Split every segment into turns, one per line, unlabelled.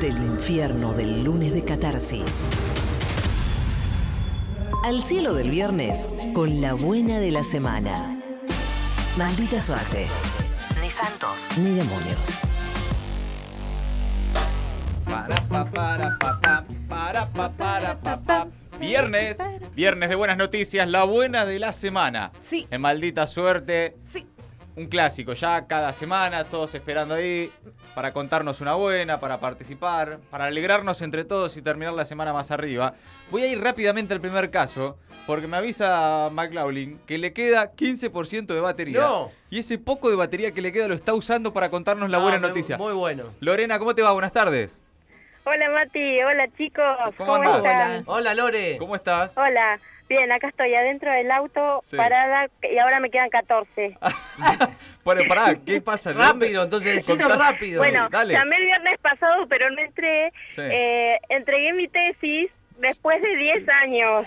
Del infierno del lunes de catarsis. Al cielo del viernes con la buena de la semana. Maldita suerte. Ni santos ni demonios.
Para, pa, para, pa, pa, para, pa, para, pa, pa. Viernes, viernes de buenas noticias, la buena de la semana.
Sí.
En maldita suerte,
Sí,
un clásico, ya cada semana, todos esperando ahí para contarnos una buena, para participar, para alegrarnos entre todos y terminar la semana más arriba. Voy a ir rápidamente al primer caso, porque me avisa McLaughlin que le queda 15% de batería.
No.
Y ese poco de batería que le queda lo está usando para contarnos la buena
Ah, muy-
noticia.
Muy bueno.
Lorena, ¿cómo te va? Buenas tardes.
Hola Mati, hola chicos,
¿Cómo
¿cómo,
andás?
están?
Hola, Lore.
¿Cómo estás?
Hola, bien, acá estoy adentro del auto,
Sí. Ah,
parada, y ahora me quedan 14.
Bueno, pará, ¿qué pasa? ¿De dónde-
Rápido, entonces, decilo
Contá-
rápido.
bueno,
dale.
llamé el viernes pasado, pero no entré.
Sí.
Eh, entregué mi tesis después de 10 años.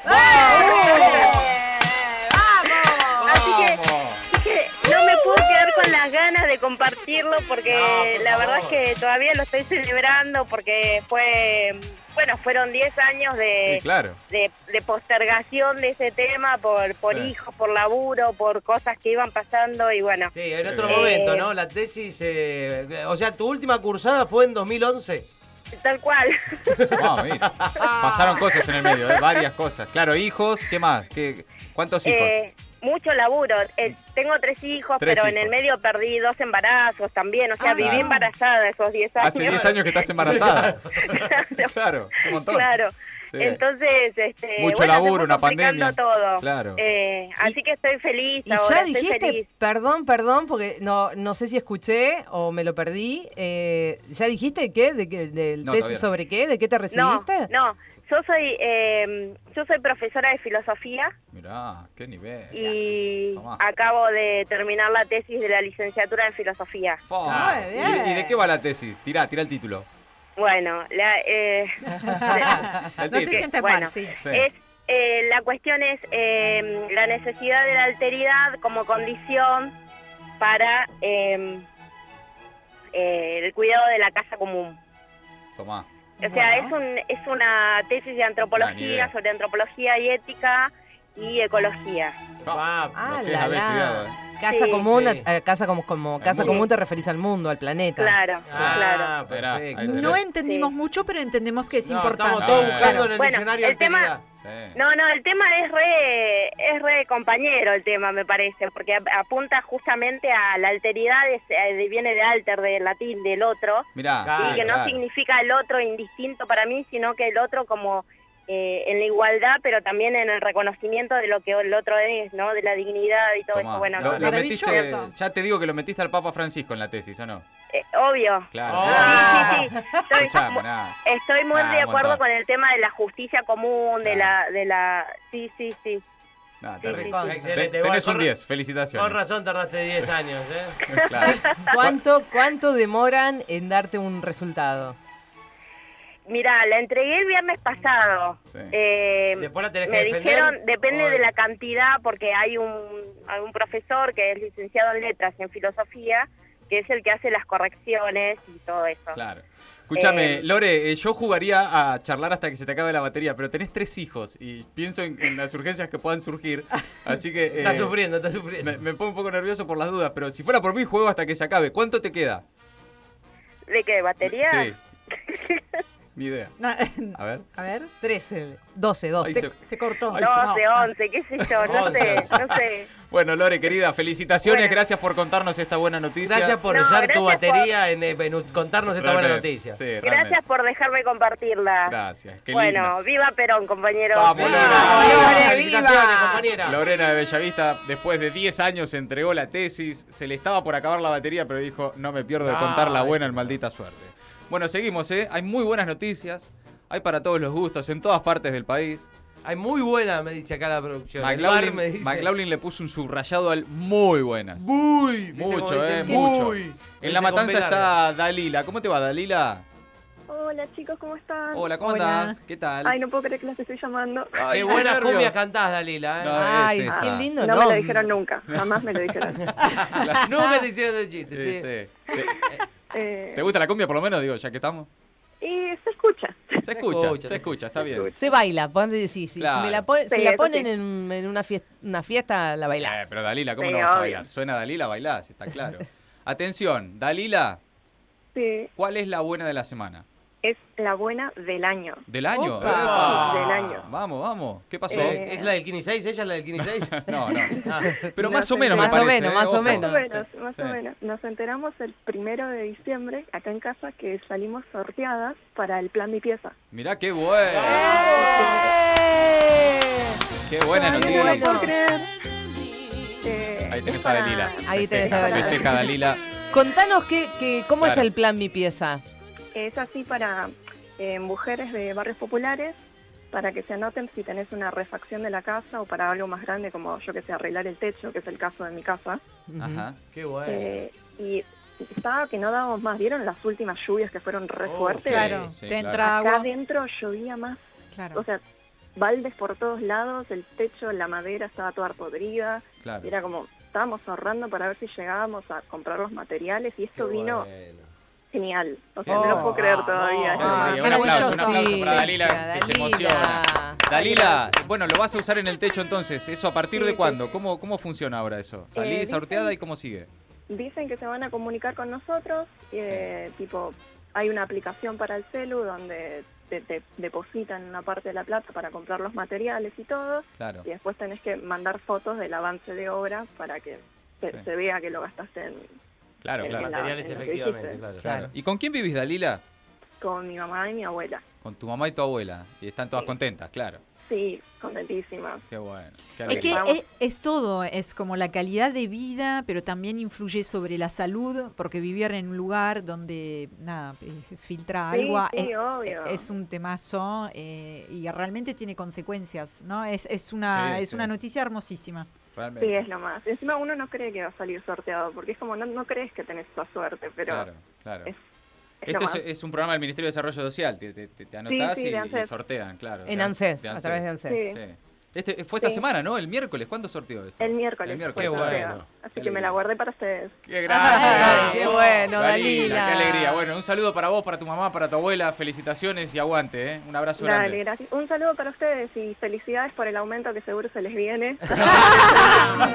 Así que,
Vamos.
así que no me puedo quedar con las ganas de compartirlo porque
No, por
la verdad es
favor.
que todavía lo estoy celebrando porque fue, bueno, fueron 10 años de...
Sí, claro.
de, de postergación de ese tema por, por
Sí.
hijos, por laburo, por cosas que iban pasando y bueno.
Sí, en otro
Sí.
momento, ¿no? La tesis, eh, o sea, tu última cursada fue en 2011.
Tal cual.
Vamos, mira. Pasaron cosas en el medio, ¿eh? varias cosas. Claro, hijos, ¿qué más? ¿Qué, ¿Cuántos hijos?
Eh, mucho laburo. Eh, tengo tres hijos,
Tres
pero en
hijos.
el medio perdí dos embarazos también. O sea,
Ah,
viví
no.
embarazada esos 10 años.
Hace 10 años que estás embarazada. claro, es un montón.
Claro.
Sí.
Entonces, este,
Mucho
bueno, se
laburo,
fue
una
complicando
pandemia.
Todo.
Claro.
Eh, así que estoy feliz
y ya
ahora, estoy feliz.
dijiste, perdón, perdón, porque no, no sé si escuché o me lo perdí. eh, ¿Ya dijiste qué? ¿De, qué- del
No, todavía
tesis
no.
sobre qué? ¿De qué te recibiste?
No, no. Yo soy, eh, yo soy profesora de filosofía.
Mirá, qué nivel.
y
Tomá.
acabo de terminar la tesis de la licenciatura en filosofía.
Fua.
Muy
Ah, ¿Y-
bien.
¿Y, de qué va la tesis? Tirá, tirá el título.
Bueno, la, eh,
El
No te
título.
sientas
Bueno.
mal, sí.
Sí.
es, eh, la cuestión es eh, la necesidad de la alteridad como condición para eh, eh, el cuidado de la casa común.
Tomá.
O sea,
Bueno.
es, un, es una tesis de
Ni idea.
antropología sobre antropología y ética y ecología.
Papá.
Ah,
Lo que es
la,
haber estudiado,
la. Casa
Sí.
común,
Sí.
a- a casa como, como
Al
casa
mundo.
común te referís al mundo, al planeta.
Claro,
Ah,
claro.
Verá, ahí
perfecto.
tenés.
No entendimos
Sí.
mucho, pero entendemos que es
No,
importante.
Estamos todos
Ah,
buscando en el
Bueno,
diccionario
el tema-
alteridad.
Sí.
No, no, el tema es re, es re compañero el tema, me parece, porque ap- apunta justamente a la alteridad, es- eh, viene de alter, del latín, del otro,
Mirá,
Ah,
y
sí,
que no
claro.
significa el otro indistinto para mí, sino que el otro como eh, en la igualdad, pero también en el reconocimiento de lo que el otro es, ¿no? De la dignidad y todo
Tomá.
eso. Bueno,
Lo- lo metiste-
maravilloso.
ya te digo que lo metiste al Papa Francisco en la tesis, ¿o no?
eh, obvio.
Claro.
Oh.
Ah.
Sí, sí, sí, estoy-
Escuchame, nada.
Estoy muy
Ah,
de
un
acuerdo
montón.
con el tema de la justicia común, de la, de la, sí, sí, sí.
Nada,
Sí,
terrible.
sí, sí.
Te-
Excelente,
Tenés
bueno,
un
con-
10, felicitaciones.
Con razón tardaste 10 años, ¿eh?
Claro.
¿Cuánto, ¿Cuánto demoran en darte un resultado?
Mira, Ah, la entregué el viernes pasado.
Sí.
Eh,
Después la tenés que
me
defender.
dijeron, depende
Hoy.
de la cantidad, porque hay un, hay un profesor que es licenciado en letras y en filosofía, que es el que hace las correcciones y todo eso.
Claro. Escúchame,
Eh,
Lore, eh, yo jugaría a charlar hasta que se te acabe la batería, pero tenés tres hijos y pienso en, en las urgencias que puedan surgir. Así que. eh,
Está sufriendo, está sufriendo.
Me, me pongo un poco nervioso por las dudas, pero si fuera por mí, juego hasta que se acabe. ¿Cuánto te queda?
¿De qué? ¿Batería?
Sí. Ni idea.
No,
A ver.
a ver,
13, 12, 12.
Ahí
se, se cortó.
Ay,
No.
12, 11, qué sé yo, Pues no sé, no sé.
Bueno, Lore, querida, felicitaciones.
Bueno.
Gracias por contarnos esta buena noticia.
Gracias por
No,
usar tu
gracias
batería en, en contarnos esta buena
Realmente,
noticia.
Sí, realmente.
Gracias por dejarme compartirla.
Gracias. Qué
bueno,
linda.
viva Perón, compañero.
Vamos,
Bien,
Lore.
Lore,
Lore,
felicitaciones,
viva.
compañera.
Lorena de Bellavista, después de 10 años, entregó la tesis. Se le estaba por acabar la batería, pero dijo: No me pierdo de contar la
Ay.
buena, el maldita suerte. Bueno, seguimos, ¿eh? Hay muy buenas noticias. Hay para todos los gustos, en todas partes del país.
Hay muy buena, me dice acá la producción. El bar
McLaughlin,
me dice.
McLaughlin le puso un subrayado al muy buenas.
Muy,
Mucho, ¿eh? Mucho.
Muy.
En La Matanza está Dalila. ¿Cómo te va, Dalila?
Hola chicos, ¿cómo están?
Hola, ¿cómo
Hola.
estás? ¿Qué tal?
Ay, no puedo creer que las estoy llamando.
Ay,
Qué buena
nervios.
cumbia cantás, Dalila, ¿eh?
No,
Ay,
es
qué
esa.
lindo
No, me lo
nombre.
dijeron nunca, jamás me lo dijeron.
Nunca te hicieron ese chiste,
Sí,
sí.
sí. ¿Te,
Eh,
te gusta la cumbia por lo menos? Digo, ya que estamos.
y escucha.
Se escucha,
escucha,
se
se
escucha, está bien.
escucha.
Se baila, pon- sí, sí, sí,
Claro.
si me la pon-
Sí,
si la
eso
ponen
sí.
en, en una, fiesta, una fiesta, la
Eh,
bailás.
pero Dalila, ¿cómo
Sí,
no vas a
obvio.
bailar? Suena Dalila, bailás, está claro. Atención, Dalila,
Sí,
¿cuál es la buena de la semana?
es la buena del año.
¿Del año?
Opa.
¡Epa!
Del año.
Vamos, vamos. ¿Qué pasó?
Eh,
¿Es la del 15 ella es la del 15
No, no.
Ah,
Pero
No
más
sé,
o menos, me
más o
parece,
menos,
¿eh?
más o
Ojo.
Más o
menos.
menos,
Sí,
más
sí.
o menos. Nos enteramos el primero de diciembre acá en casa que salimos sorteadas para el plan mi pieza.
Mirá qué bueno. Qué buena
Ay,
noticia.
¡Eh! bueno.
¿Puedo creer? Eh,
Ahí
es
tenés a
para-
Dalila.
Ahí tenés a
Festeja,
Dalila.
Festeja
Ah,
Dalila.
Contanos que, que- cómo
Claro.
es el plan Mi Pieza.
Es así para eh, mujeres de barrios populares, para que se anoten si tenés una refacción de la casa o para algo más grande como yo que sé, arreglar el techo, que es el caso de mi casa.
Ujú.
Ajá.
Qué bueno.
Eh, y estaba que no dábamos más. ¿Vieron las últimas lluvias que fueron re
Oh,
fuertes?
Claro, te
sí, claro.
entra
Acá
agua.
adentro llovía más,
Claro.
o sea, baldes por todos lados, el techo, la madera estaba toda podrida.
Claro.
Era como, estábamos ahorrando para ver si llegábamos a comprar los materiales y esto
Qué
vino
bueno.
genial. O sea,
Oh,
no lo puedo creer
ah,
todavía.
Qué alegría.
qué
un aplauso, un
orgulloso.
aplauso para
Sí,
Dalila que se emociona. Dalila, bueno, lo vas a usar en el techo entonces. ¿Eso a partir
Sí,
de
sí.
cuándo? ¿Cómo, cómo funciona ahora eso?
Eh,
¿Salís
dicen-
sorteada y cómo sigue?
Dicen que se van a comunicar con nosotros, eh, tipo, hay una aplicación para el celu donde te, te depositan una parte de la plata para comprar los materiales y todo,
Claro.
y después tenés que mandar fotos del avance de obra para que se,
Sí.
se vea que lo gastaste en-
Claro,
en
claro.
la-
Materiales
en lo que
efectivamente,
dijiste.
claro.
Claro. ¿Y con quién vivís, Dalila?
con mi mamá y mi abuela.
Con tu mamá y tu abuela. Y están todas contentas, claro.
Sí, contentísima.
Qué bueno. Qué
Es
alegría.
que
Vamos.
es, es todo, es como la calidad de vida, pero también influye sobre la salud, porque vivir en un lugar donde nada eh, se filtra
Sí,
agua
sí,
es,
obvio.
es un temazo eh, y realmente tiene consecuencias, ¿no? Es, es una
Sí,
es
sí.
una noticia hermosísima.
Realmente.
Sí, es lo más. Encima uno no cree que va a salir sorteado, porque es como, no, no crees que tenés esa suerte, pero
Claro, claro.
es- es lo
Esto es,
más.
es un programa del Ministerio de Desarrollo Social. Te, te- te- te anotás
sí,
y,
de
y
ANSES.
sortean, claro.
En
de an-
ANSES,
de
a través de ANSES.
Sí.
Sí. Este, fue esta
Sí.
semana, ¿no? El miércoles. ¿Cuándo sorteó esto?
el miércoles.
El
fue
miércoles.
Qué
el sorteo.
bueno.
Así
Qué
que me
alegría.
la guardé para ustedes.
¡Qué
Ah,
grande!
¡Qué bueno, Dalila!
¡Qué alegría! Bueno, un saludo para vos, para tu mamá, para tu abuela. Felicitaciones y aguante, ¿eh? Un abrazo
Dale,
grande.
gracias. Un saludo para ustedes y felicidades por el aumento que seguro se les viene.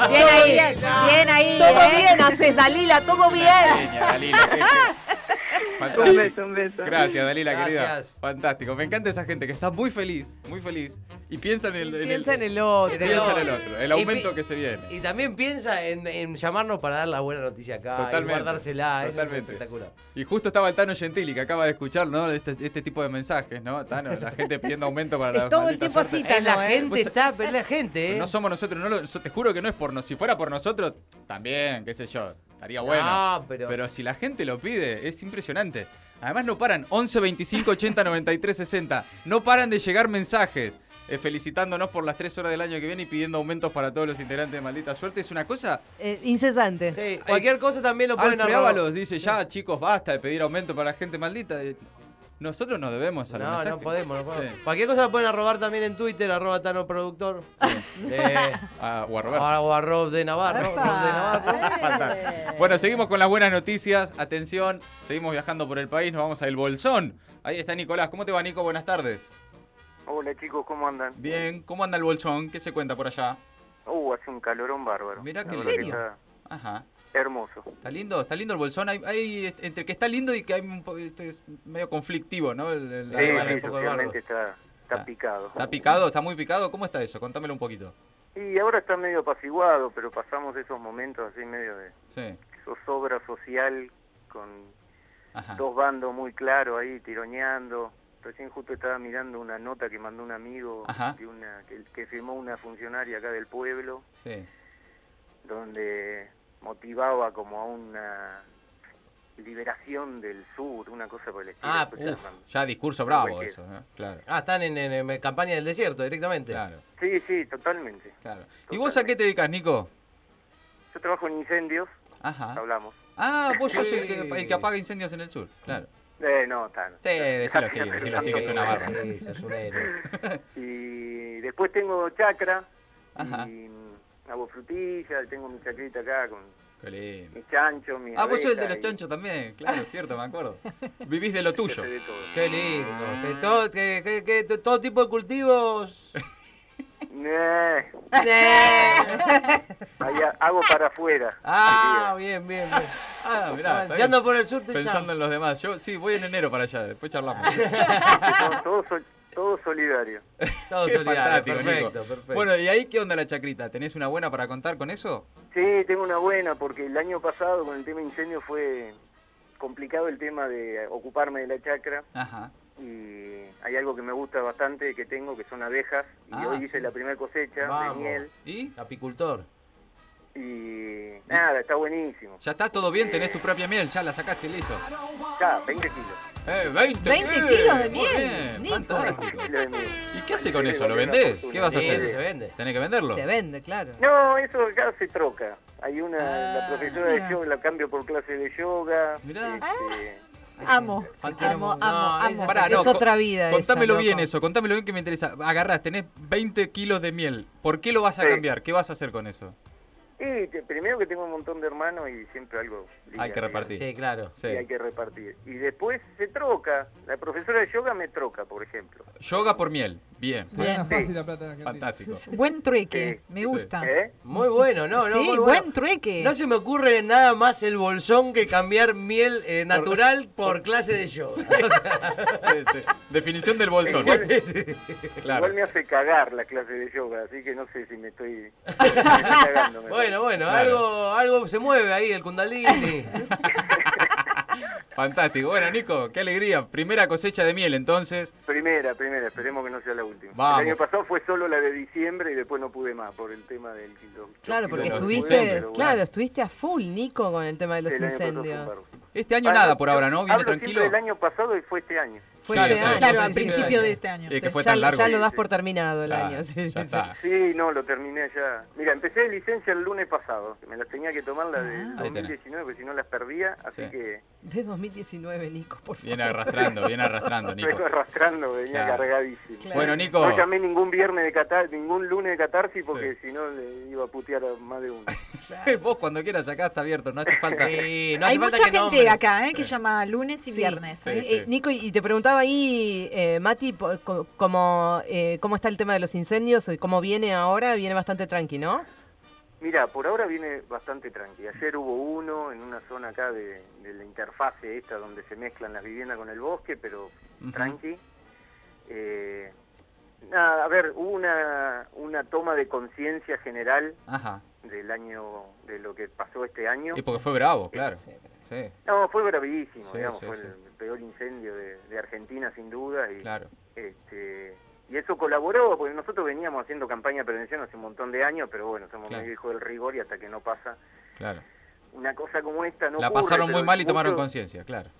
Bien ahí, bien, ahí.
¿eh?
Todo bien haces, Dalila, todo bien.
Genia, Dalila, qué- qué-
un
Fantástico.
beso, un beso.
Gracias, Dalila, querida.
Gracias.
Fantástico. Me encanta esa gente que está muy feliz, muy feliz. Y piensa en el, en el-
Piensa en el otro.
en el-
piensa en el otro, el
Y
aumento
pi-
que se viene.
Y también piensa en, en llamarnos para dar la buena noticia acá y
Totalmente,
guardársela. eso
totalmente.
Es espectacular.
Y justo estaba el Tano Gentili, que acaba de escuchar, ¿no? Este, este tipo de mensajes, ¿no? Tano, la gente pidiendo aumento para la
Es todo el
maldita
tiempo
suerte.
así,
Eh, la
¿eh?
gente
Vos-
está, pero la gente, ¿eh?
No somos nosotros, no lo- yo te juro que no es por nosotros. Si fuera por nosotros, también, qué sé yo, estaría bueno.
No, pero-
si la gente lo pide, es impresionante. Además no paran, 11, 25, 80, 93, 60. No paran de llegar mensajes eh, felicitándonos por las tres horas del año que viene y pidiendo aumentos para todos los integrantes de Maldita Suerte. Es una cosa...
Eh, incesante.
Sí, cualquier cosa también lo pueden
Alfred
arrobar.
Ábalos dice, ya chicos, basta de pedir aumento para la gente maldita. Eh, Nosotros nos debemos al
No,
mensaje.
no podemos, no podemos.
Sí.
Cualquier cosa lo pueden arrobar también en Twitter, arroba Tano Productor. Eh,
Ah, o a Roberto.
o arroba de Navarro.
Epa.
Rob de Navarro.
Fatal. Bueno, seguimos con las buenas noticias. Atención, seguimos viajando por el país, nos vamos a El Bolsón. Ahí está Nicolás. ¿Cómo te va, Nico? Buenas tardes.
Hola chicos, ¿cómo andan?
Bien, ¿cómo anda el Bolsón? ¿Qué se cuenta por allá?
Uh, hace un calorón bárbaro.
Mirá
La
que- ¿En
verdad
serio?
está
Ajá.
hermoso.
Está lindo, está lindo el Bolsón. Hay, hay- este, entre que está lindo y que hay un po- este es medio conflictivo, ¿no? El- el-
Sí,
sí,
vale,
sí,
un poco de
socialmente está, está
Ah.
picado.
¿Está picado? ¿Está muy picado? ¿Cómo está eso? Contámelo un poquito.
Y ahora está medio apaciguado, pero pasamos esos momentos así medio de
Sí.
zozobra social con
Ajá.
dos bandos muy claros ahí tironeando. Recién justo estaba mirando una nota que mandó un amigo
Ajá.
de una, que, que firmó una funcionaria acá del pueblo,
Sí.
donde motivaba como a una liberación del sur, una cosa por el estilo.
Ah,
Después te
Uf,
mando.
ya discurso bravo
Cualquiera.
eso, ¿no? Claro,
Ah, están en, en- en campaña del desierto directamente.
claro,
Sí, sí, totalmente.
claro. ¿Y vos a qué te dedicas, Ah, Nico?
Yo trabajo en incendios,
Ajá.
hablamos.
Ah, vos sos el que,
Sí.
el que apaga incendios en el sur, claro.
Eh, no, tan.
Sí, decilo así, decilo así, que es una barra.
Sí, sos un héroe.
Y después tengo chacra,
Ajá.
mm, y hago frutillas, tengo mi chacrita acá con
Qué lindo.
Mi chancho, mi
Ah, vos sos el de
abeja
los
y-
chanchos también, claro, cierto, me acuerdo. Vivís de lo
yo
tuyo.
soy de todo.
Qué lindo. Que todo, que- que- que to- todo tipo de cultivos.
Eh,
Eh.
ahí ha- hago para afuera.
ah, bien, bien, bien.
Ah, mirá. está
Yo ando
bien.
por el sur te
Pensando
llamo.
en los demás. Yo sí, voy en enero para allá, después charlamos.
Son todos, sol- todos solidarios.
Todo
Qué
solidario,
fantástico, Nico.
perfecto, perfecto.
Bueno, ¿y ahí qué onda la chacrita? ¿Tenés una buena para contar con eso?
Sí, tengo una buena, porque el año pasado con el tema incendio fue complicado el tema de ocuparme de la chacra.
Ajá.
Y hay algo que me gusta bastante que tengo, que son abejas. Y
Ah,
hoy
sí.
hice la primera cosecha
Vamos.
de miel.
¿Y?
apicultor.
Y nada, está buenísimo.
¿Ya está todo bien? ¿Tenés tu propia miel? ¿Ya la sacaste listo?
Ya, 20 kilos.
Eh, 20,
20
bien,
kilos de
muy
miel,
bien,
Nico.
fantástico.
kilos de miel.
¿Y qué hace con
Sí,
eso? ¿Lo
vale una
vendés?
fortuna.
¿Qué vas a
Sí,
hacer?
se vende.
¿Tenés que venderlo?
Se vende, claro.
No, eso acá se troca. Hay una, la profesora
Ah.
de yoga, la cambio por clase de yoga.
Mirá.
este,
Amo, amo, amo,
No,
amo.
esa-
Pará,
es
co-
otra vida esa,
Contámelo bien
loco.
eso, contámelo bien que me interesa. Agarrás, tenés 20 kilos de miel. ¿Por qué lo vas a
Sí.
cambiar? ¿Qué vas a hacer con eso?
Y te- primero que tengo un montón de hermanos y siempre algo. liga,
Hay que
liga.
repartir.
Sí, claro.
Y hay que repartir. Y después se troca. La profesora de yoga me troca, por ejemplo.
Yoga por miel. Bien,
Bien,
Sí.
fantástico.
buen trueque,
Sí,
me
sí.
gusta.
Mm.
¿Eh?
Muy bueno, no,
sí,
no, muy bueno.
buen trueque.
No se me ocurre nada más el bolsón que cambiar miel eh, natural por clase de yoga.
Sí, sí. Definición del bolsón.
Igual-
Claro.
Igual me hace cagar la clase de yoga, así que no sé si me estoy, me estoy cagando. me
Bueno, bueno,
Claro.
algo, algo se mueve ahí, el kundalini.
Fantástico. Bueno, Nico, qué alegría. Primera cosecha de miel, entonces.
parece. Primera, primera, esperemos que no sea la última.
Vamos.
El año pasado fue solo la de diciembre y después no pude más por el tema del quilombo.
Claro, porque
Los
estuviste,
incendios.
claro, estuviste a full, Nico, con el tema de los
El año pasado
incendios.
fue un barro.
Este año nada por ahora, ¿no? Viene
Hablo siempre
tranquilo.
del año pasado y fue este año.
Fue
Claro,
este
sí.
año,
Claro, al
principio
principio
de
de
año.
este año.
Eh, que
Sí,
fue
ya,
tan largo.
ya lo das por terminado el
Claro,
año. sí, sí,
ya está.
Sí, no, lo terminé ya. Mira, empecé de licencia el lunes pasado. Me las tenía que tomar la de
Ahí tenés.
2019, porque si no las perdía. Así
Sí.
que
sí. De 2019, Nico, por favor.
Viene arrastrando, viene arrastrando, Nico.
vengo arrastrando, venía
Claro.
cargadísimo.
Claro.
Bueno, Nico.
No llamé ningún viernes de catar, ningún lunes de catarsis porque
Sí.
si no le iba a putear a más de uno.
Vos cuando quieras acá está abierto, no hace falta.
Sí, no hace
Hay
falta
mucha
que
gente
nombres.
acá eh, que
Sí.
llama lunes y
Sí.
viernes.
Sí,
Eh,
sí.
eh, Nico, y te preguntaba ahí, eh, Mati, po- co- cómo, eh, cómo está el tema de los incendios, eh, cómo viene ahora, viene bastante tranqui, ¿no?
Mira, por ahora viene bastante tranqui. Ayer hubo uno en una zona acá de, de la interfase esta donde se mezclan las viviendas con el bosque, pero
Ujú.
tranqui. Eh, nada, a ver, hubo una, una toma de conciencia general
Ajá.
del año, de lo que pasó este año.
Y porque fue bravo, claro. Sí,
No, fue gravísimo,
Sí,
digamos,
sí,
fue
sí.
el peor incendio de, de Argentina sin duda. Y,
claro.
Este, y eso colaboró, porque nosotros veníamos haciendo campaña de prevención hace un montón de años, pero bueno, somos
Claro.
medio hijos del rigor y hasta que no pasa
Claro.
una cosa como esta. No
La
ocurre,
pasaron
pero
muy mal y tomaron
mucho-
conciencia, claro.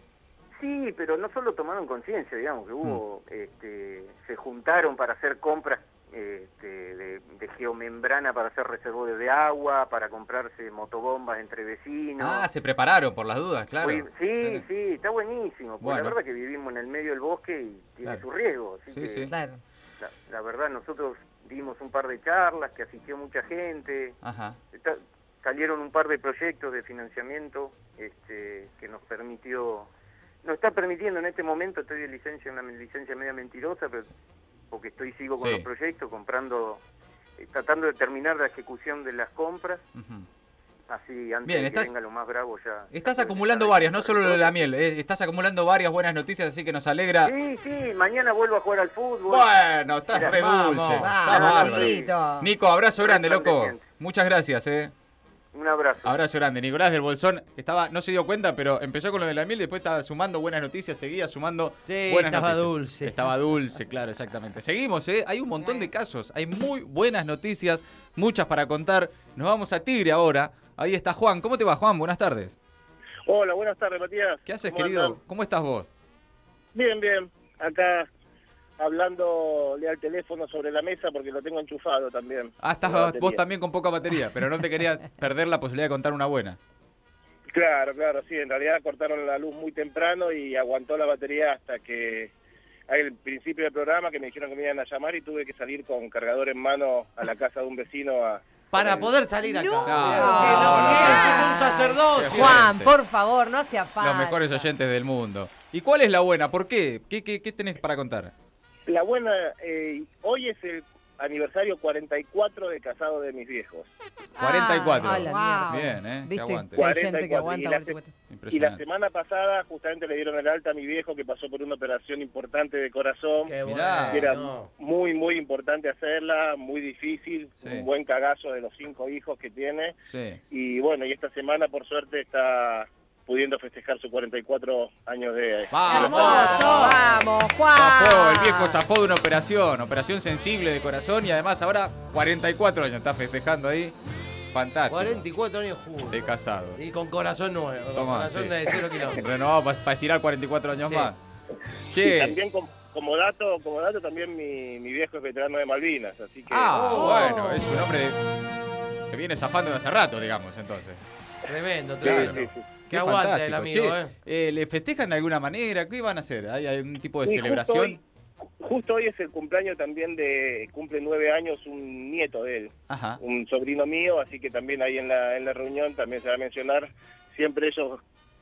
Sí, pero no solo tomaron conciencia, digamos, que hubo,
Mm.
este, se juntaron para hacer compras este, de, de geomembrana, para hacer reservorios de agua, para comprarse motobombas entre vecinos.
Ah, se prepararon por las dudas, claro.
Fui- Sí, sí, está buenísimo. porque
Bueno.
La verdad que vivimos en el medio del bosque y tiene
Claro.
su riesgo. así
Sí,
que
sí.
Claro.
La, la verdad, nosotros dimos un par de charlas que asistió mucha gente.
Ajá.
Está- salieron un par de proyectos de financiamiento este, que nos permitió, nos está permitiendo en este momento, estoy de licencia, una licencia media mentirosa, pero porque estoy sigo con
Sí.
los proyectos, comprando, eh, tratando de terminar la ejecución de las compras,
Ujú.
así antes
Bien,
de
estás-
que venga lo más bravo ya.
Estás
ya pueden
acumulando
estar ahí
varias, no
con
solo lo de
nosotros.
la miel. eh, Estás acumulando varias buenas noticias, así que nos alegra.
Sí, sí, mañana vuelvo a jugar al fútbol.
Bueno, estás re
Vamos,
dulce.
Vamos,
Estás
vamos,
bárbaro.
Nico.
Nico.
Nico, abrazo grande, loco.
Totalmente.
Muchas gracias, eh.
Un abrazo.
Abrazo grande. Nicolás del Bolsón estaba, no se dio cuenta, pero empezó con lo de la miel, después estaba sumando buenas noticias, seguía sumando
Sí,
buenas
estaba
noticias.
dulce.
Estaba dulce, claro, exactamente. Seguimos, ¿eh? Hay un montón de casos, hay muy buenas noticias, muchas para contar. Nos vamos a Tigre ahora. Ahí está Juan. ¿Cómo te va, Juan? Buenas tardes.
Hola, buenas tardes, Matías.
¿Qué haces,
¿Cómo
querido?
andan?
¿Cómo estás vos?
Bien, bien. Acá hablándole al teléfono sobre la mesa porque lo tengo enchufado también.
Ah, estás
Con la
vos
batería.
también con poca batería, pero no te querías perder la posibilidad de contar una buena.
Claro, claro, sí. En realidad cortaron la luz muy temprano y aguantó la batería hasta que al principio del programa que me dijeron que me iban a llamar y tuve que salir con cargador en mano a la casa de un vecino a,
para poder salir acá.
No.
Mirá, que lo que es, es un sacerdocio.
Qué
Juan,
gente.
Ah, por favor, no hacía falta.
Los mejores oyentes del mundo. ¿Y cuál es la buena? ¿Por qué? ¿Qué, qué, qué tenés para contar?
La buena, eh, hoy es el aniversario 44 de casado de mis viejos.
44.
Ah, la
Wow.
Bien, ¿eh? Que
¿Viste?
aguante.
Que hay gente
44,
que aguanta.
y la-
44.
Y la
Impresionante.
semana pasada justamente le dieron el alta a mi viejo que pasó por una operación importante de corazón.
Qué
Mirá.
bueno.
Era muy, muy importante hacerla, muy difícil,
Sí.
un buen cagazo de los cinco hijos que tiene.
Sí.
Y bueno, y esta semana por suerte está pudiendo festejar sus 44 años de...
Vamos.
Hermoso.
Vamos, Juan.
Zafó, el
Ah.
viejo zafó de una operación, operación sensible de corazón y además ahora 44 años, está festejando ahí. Fantástico.
44 años juntos.
De casado.
Y con corazón nuevo. Con
Tomá,
corazón
sí.
de 0 kilómetros.
Renovado para estirar 44 años
Sí.
más.
Y
Che.
también com- como dato, como dato también mi, mi viejo es veterano de Malvinas, así que...
Ah,
Oh.
bueno, es un hombre que viene zafando de hace rato, digamos, entonces.
Tremendo,
Sí,
tremendo.
sí, sí.
Que aguante el
fantástico.
amigo,
Che,
¿eh?
eh, ¿Le festejan de alguna manera? ¿Qué van a hacer? ¿Hay algún tipo de
Y
celebración?
Justo hoy, justo hoy es el cumpleaños también de, cumple nueve años un nieto de él,
Ajá.
un sobrino mío, así que también ahí en la, en la reunión también se va a mencionar, siempre ellos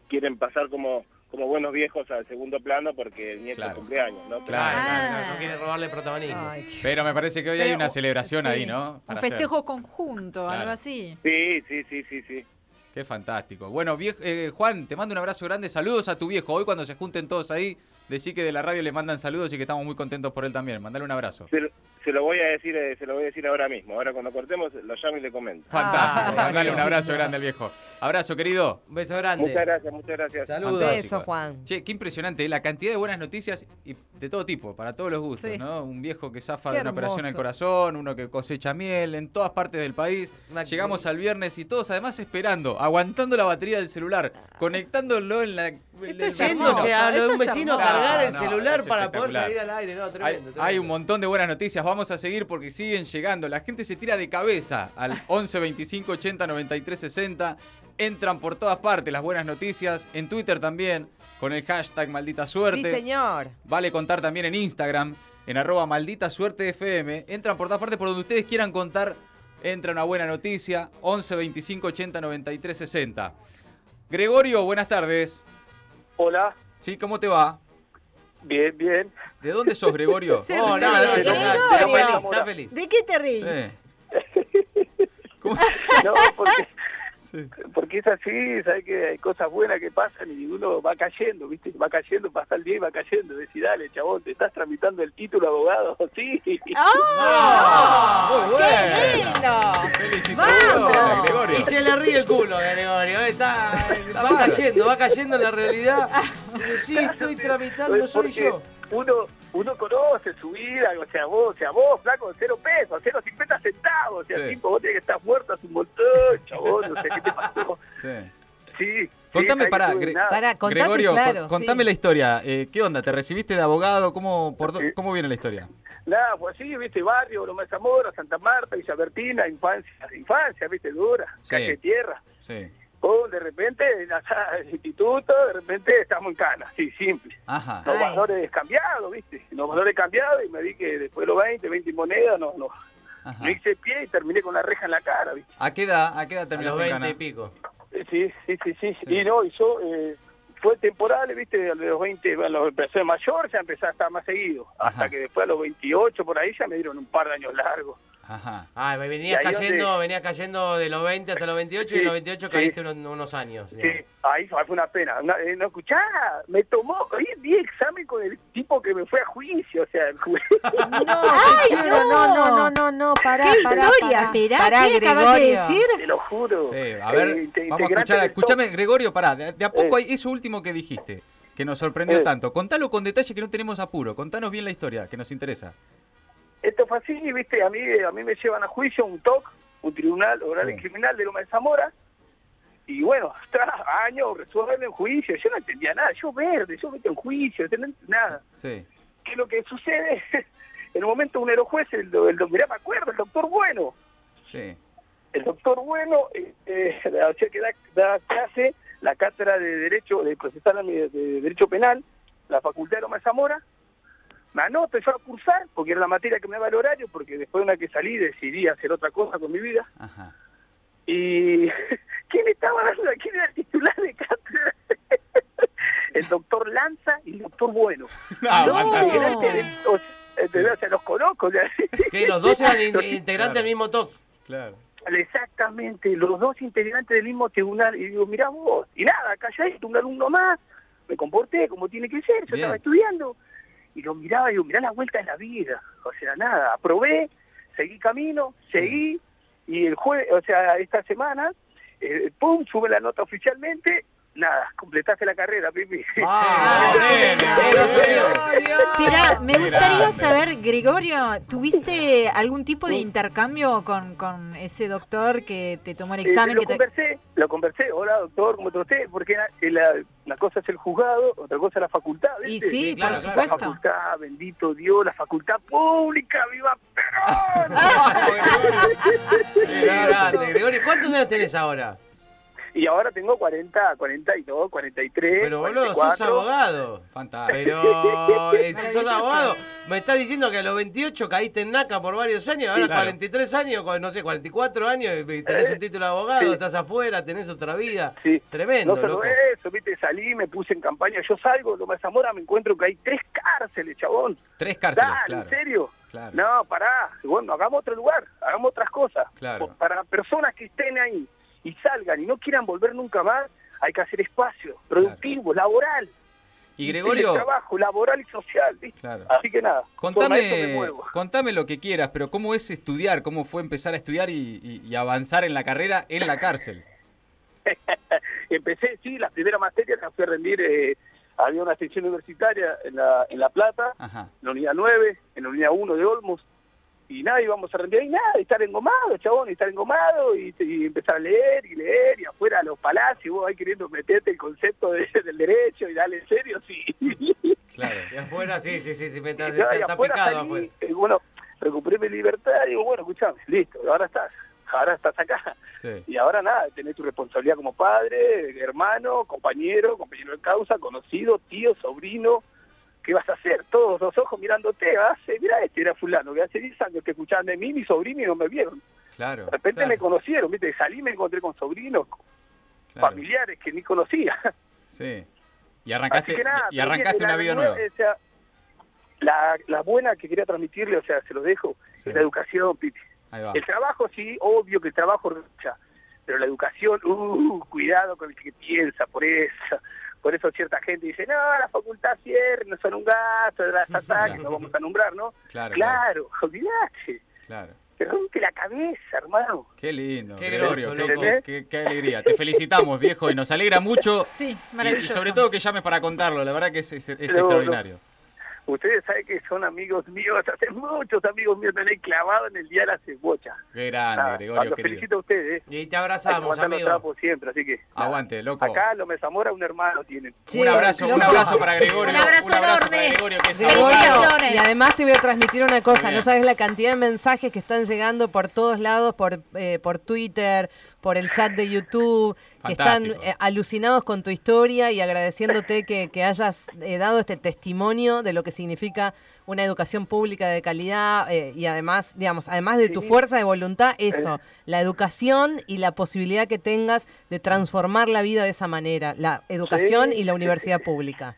quieren pasar como, como buenos viejos al segundo plano porque el nieto
Claro.
cumple años, ¿no? Pero-
Claro.
Claro, claro,
Ah.
no quiere robarle protagonismo.
Ay, qué-
Pero me parece que hoy hay
Pero,
una celebración
sí,
ahí, ¿no?
Un
Para hacer.
festejo conjunto,
Claro.
algo así.
Sí, sí, sí, sí, sí.
Qué fantástico. Bueno, viejo, eh, Juan, te mando un abrazo grande. Saludos a tu viejo. Hoy cuando se junten todos ahí, decí que de la radio le mandan saludos y que estamos muy contentos por él también. Mandale un abrazo.
Se, lo- se lo voy a decir, eh, se lo voy a decir ahora mismo. Ahora cuando cortemos lo llamo y le comento.
Fantástico.
Ah,
Mandale
qué
un abrazo
lindo.
grande al viejo. Abrazo, querido.
Un beso grande.
Muchas gracias, muchas gracias.
Saludos.
Fantástico.
Beso, Juan.
Che, qué impresionante, ¿eh? la cantidad de buenas noticias y de todo tipo, para todos los gustos,
Sí.
¿no? Un viejo que zafa
Qué
de una operación al
hermoso.
corazón, uno que cosecha miel, en todas partes del país.
Una-
Llegamos al viernes y todos además esperando, aguantando la batería del celular, conectándolo en la... en
es
la
hermoso.
zona.
Yéndose a lo de un
Esto es
vecino a
hermoso.
cargar el
No, no,
celular
es
para poder
espectacular.
salir al aire. No, tremendo.
Hay,
tremendo.
hay un montón de buenas noticias, vamos a seguir porque siguen llegando. La gente se tira de cabeza al 11 25 80 93 60. Entran por todas partes las buenas noticias. En Twitter también, con el hashtag maldita suerte.
Sí, señor.
Vale contar también en Instagram, en arroba maldita suerte FM. Entran por todas partes por donde ustedes quieran contar. Entra una buena noticia, 11 25 80 93 60. Gregorio, buenas tardes.
Hola,
¿Sí? ¿Cómo te va?
bien, bien.
¿De dónde sos, Gregorio?
Se
Oh, no, no, no,
ríe,
está
Gregorio.
está feliz, está feliz.
¿De qué te ríes?
Sí. ¿Cómo?
No, porque,
Sí.
porque es así, sabes que hay cosas buenas que pasan y uno va cayendo, ¿viste? Va cayendo, pasa el día y va cayendo. Decís, dale, chabón, te estás tramitando el título abogado, sí.
¡Ah! Muy
¡Qué
bueno.
lindo!
Felicitaciones,
¡Vamos!
Gregorio.
Y se le ríe el culo, Gregorio. Está, va cayendo, va cayendo en la realidad. Dice, Sí, estoy tramitando,
Pues
soy
porque
yo.
Uno, uno conoce su vida, o sea, vos, o sea, vos, flaco, cero pesos, cero cincuenta centavos, o sea,
Sí.
tipo, vos tenés que estar muerto hace un montón, chabón, no sé qué te pasó.
Sí.
Sí. sí,
Contame,
sabés que
pará,
tuve
Gre-
nada.
Para, contate
Gregorio,
claro.
con- contame
sí.
la historia. Eh, ¿Qué onda? ¿Te recibiste de abogado? ¿Cómo, por do-
Sí.
¿Cómo viene la historia?
Nada, pues sí, viste, barrio, Loma de Zamora, Santa Marta, Villa Bertina, infancia, infancia, viste, dura,
Sí.
calle de tierra.
Sí.
Oh, de repente, acá, el instituto, de repente estamos en cana, sí, simple.
Ajá.
Los
Ay.
valores cambiados, viste, los valores cambiados y me di que después de los 20, 20 monedas, no, no,
ajá.
no hice pie y terminé con la reja en la cara, viste.
¿A qué edad, a qué edad
A los
terminaste en
20
Cana?
y pico.
Eh, Sí, sí, sí, sí,
Sí.
Y no, y yo, eh, fue temporal, viste, a los 20, bueno, lo empecé de mayor, ya empecé a estar más seguido. Hasta
Ajá.
que después a los 28, por ahí, ya me dieron un par de años largos.
Ajá.
Ah, venías
Y ahí
cayendo,
donde-
venías cayendo de los 20 hasta los 28 y de
Sí,
los 28
sí.
caíste unos, unos años.
Sí,
digamos.
ahí fue una pena. Una- eh, no escuchá, me tomó, hoy di examen con el tipo que me fue a juicio, o sea, el juez.
No, te quiero, no, no, no, no, no, pará.
¡Qué
pará,
historia!
pará.
Esperá,
Pará,
¿qué acabas de
Gregorio.
decir?
te lo juro.
Sí, a ver,
Eh, inte-
vamos a
integrante
escuchar.
del
Escuchame, Gregorio, pará, de, de a poco
Eh.
hay eso último que dijiste, que nos sorprendió
Eh.
tanto. Contalo con detalle que no tenemos apuro. Contanos bien la historia, que nos interesa.
Esto fue así, viste, a mí, a mí me llevan a juicio un TOC, un tribunal oral
Sí.
y criminal de Loma de Zamora. Y bueno, tras años resuelven en juicio, yo no entendía nada, yo verde, yo meto en juicio, yo no ent- nada.
Sí.
que lo que sucede? en un momento un juez, el, do- el, do- mirá, me acuerdo, el doctor Bueno,
Sí.
el doctor Bueno, eh, eh, o sea, que da, da clase, la cátedra de Derecho, de Procesal Ami- de Derecho Penal, la Facultad de Loma de Zamora, me anoto yo a cursar, porque era la materia que me daba el horario, porque después de una que salí decidí hacer otra cosa con mi vida.
Ajá.
Y ¿quién estaba dando? ¿Quién era el titular de cátedra? El doctor Lanza y el doctor Bueno.
No,
No.
Y
fantástico.
era el que- o sea, ¿entendés? O sea, los conozco. o sea,
Que los dos eran in- integrantes del mismo TOC.
Claro.
Exactamente, los dos integrantes del mismo tribunal. Y digo, mirá vos. Y nada, calladito, un alumno más. Me comporté como tiene que ser, yo
Bien.
estaba estudiando. Y lo miraba y digo, mirá la vuelta de la vida. O sea, nada, aprobé, seguí camino, seguí. Y el jueves, o sea, esta semana, eh, pum, sube la nota oficialmente. Nada, completaste la carrera, pipi.
Ah, nene,
Dios
nene.
Mirá, me
Qué
gustaría
grande.
saber, Gregorio, ¿tuviste algún tipo de intercambio con, con ese doctor que te tomó el
Eh,
examen?
lo
que te-
conversé, lo conversé, hola doctor, ¿cómo está usted? Porque la- la- una cosa es el juzgado, otra cosa es la facultad.
Y
¿viste?
sí,
Sí, claro,
por
claro.
La
supuesto.
facultad, bendito Dios, la facultad pública, viva Perón.
Ah,
Qué grande, Gregorio. ¿Cuántos años tenés ahora?
y ahora tengo 40, 42, 43,
Pero boludo, sos
44.
abogado.
Fantástico.
Pero eh, si sos
Maravilloso.
abogado, me estás diciendo que a los 28 caíste en NACA por varios años, ahora
Claro.
43 años, con, no sé, 44 años, y- y tenés
Eh,
un título de abogado,
sí.
estás afuera, tenés otra vida.
Sí.
Tremendo,
No eh. solo
loco.
eso, viste, salí, me puse en campaña, yo salgo, Loma de Zamora, me encuentro que hay tres cárceles, chabón.
Tres cárceles,
Dale,
claro.
¿en serio?
Claro.
No, pará. Bueno, hagamos otro lugar, hagamos otras cosas.
Claro.
Po- Para personas que estén ahí y salgan y no quieran volver nunca más, hay que hacer espacio productivo, laboral.
Y
Sí,
Gregorio,
trabajo laboral y social, ¿viste?
Claro.
Así que nada, por maestro me
contame,
muevo.
contame lo que quieras, pero ¿cómo es estudiar? ¿Cómo fue empezar a estudiar y, y- y avanzar en la carrera en la cárcel?
Empecé, sí, las primeras materias las fui a rendir. eh, había una sección universitaria en la, en la Plata,
Ajá.
en la unidad 9, en la unidad 1 de Olmos, y nada, íbamos a rendir ahí, nada, estar engomado, chabón, estar engomado, y, y empezar a leer y leer, y afuera a los palacios, vos ahí queriendo meterte el concepto de- del derecho, y dale en serio, sí.
Claro.
Y afuera, sí, sí, sí, sí me está,
Y nada,
está-
y
está
afuera
picado
salí,
afuera.
eh, bueno, recuperé mi libertad, y digo, bueno, escuchame, listo, ahora estás, ahora estás acá.
Sí.
Y ahora nada, tenés tu responsabilidad como padre, hermano, compañero, compañero de causa, conocido, tío, sobrino. ¿Qué vas a hacer? Todos los ojos mirándote. Hace, mira, este era fulano, que hace 10 años que escuchaban de mí, mi sobrino y no me vieron.
Claro.
De repente
claro,
me conocieron, ¿viste? salí y me encontré con sobrinos, con
claro.
familiares que ni conocía.
Sí. Y
Así
arrancaste,
que nada,
y arrancaste
también
una
la
vida
nueva-
nueva.
o sea, la, la buena que quería transmitirle, o sea, se los dejo,
Sí.
es la educación, Pipi.
Ahí va.
El trabajo sí, obvio que el trabajo ya, pero la educación, uh, cuidado con el que piensa, por eso, por eso cierta gente dice, no, la facultad cierre, no son un gasto, la estatal, que no vamos a nombrar, ¿no?
Claro, claro,
Claro, olvidate,
claro.
te rompe la cabeza, hermano.
Qué lindo,
Qué
Gregorio.
groso,
qué-
loco.
qué, qué- qué alegría. Te felicitamos, viejo, y nos alegra mucho.
Sí,
Y, y
maravilloso.
sobre todo que llames para contarlo. La verdad que es, es- es
Pero,
extraordinario.
Ustedes saben que son amigos míos, hace muchos amigos míos me han clavado en el día de la cebolla.
Qué grande,
Nada,
Gregorio,
los
querido.
felicito a ustedes, eh.
Y te
Hay que
abrazamos,
aguantar los
amigo.
trapos siempre, así que... nada.
Aguante, loco.
Acá los Zamora un hermano tienen.
Che,
un abrazo, un
loco.
abrazo para Gregorio.
Un abrazo
para
enorme.
Gregorio, que es
Gregorio,
abogado.
Felicitaciones.
Y además te voy a transmitir una cosa,
Muy
no
bien.
sabes la cantidad de mensajes que están llegando por todos lados, por, eh, por Twitter, por el chat de YouTube, que están
Fantástico.
eh, alucinados con tu historia y agradeciéndote que, que hayas eh, dado este testimonio de lo que significa una educación pública de calidad eh, y además, digamos, además de tu
Sí.
fuerza de voluntad, eso, la educación y la posibilidad que tengas de transformar la vida de esa manera, la educación
Sí.
y la universidad pública.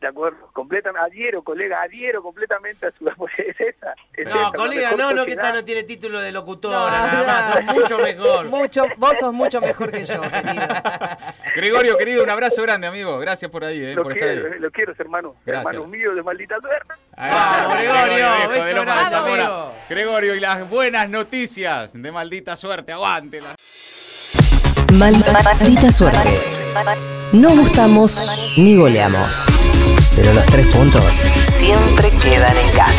De acuerdo, completamente, adhiero, colega, adhiero completamente a su es esa. es esa,
No,
la
colega,
mejor
no, no, que
sociedad.
esta no tiene título de
No,
locutora, nada más,
no.
sos mucho mejor.
Mucho, vos sos mucho mejor que yo, querido.
Gregorio, querido, un abrazo grande, amigo. Gracias por ahí, eh,
Lo
por estar ahí.
quiero, eh, lo quiero, hermano.
Gracias.
Hermanos míos de maldita suerte.
Ahí va,
Vamos, Gregorio,
viejo,
beso
de Loma de
grande,
Zamora.
amigo.
Gregorio, y las buenas noticias de maldita suerte, aguántela.
Mal- maldita suerte. No gustamos ni goleamos. Pero los tres puntos siempre quedan en casa.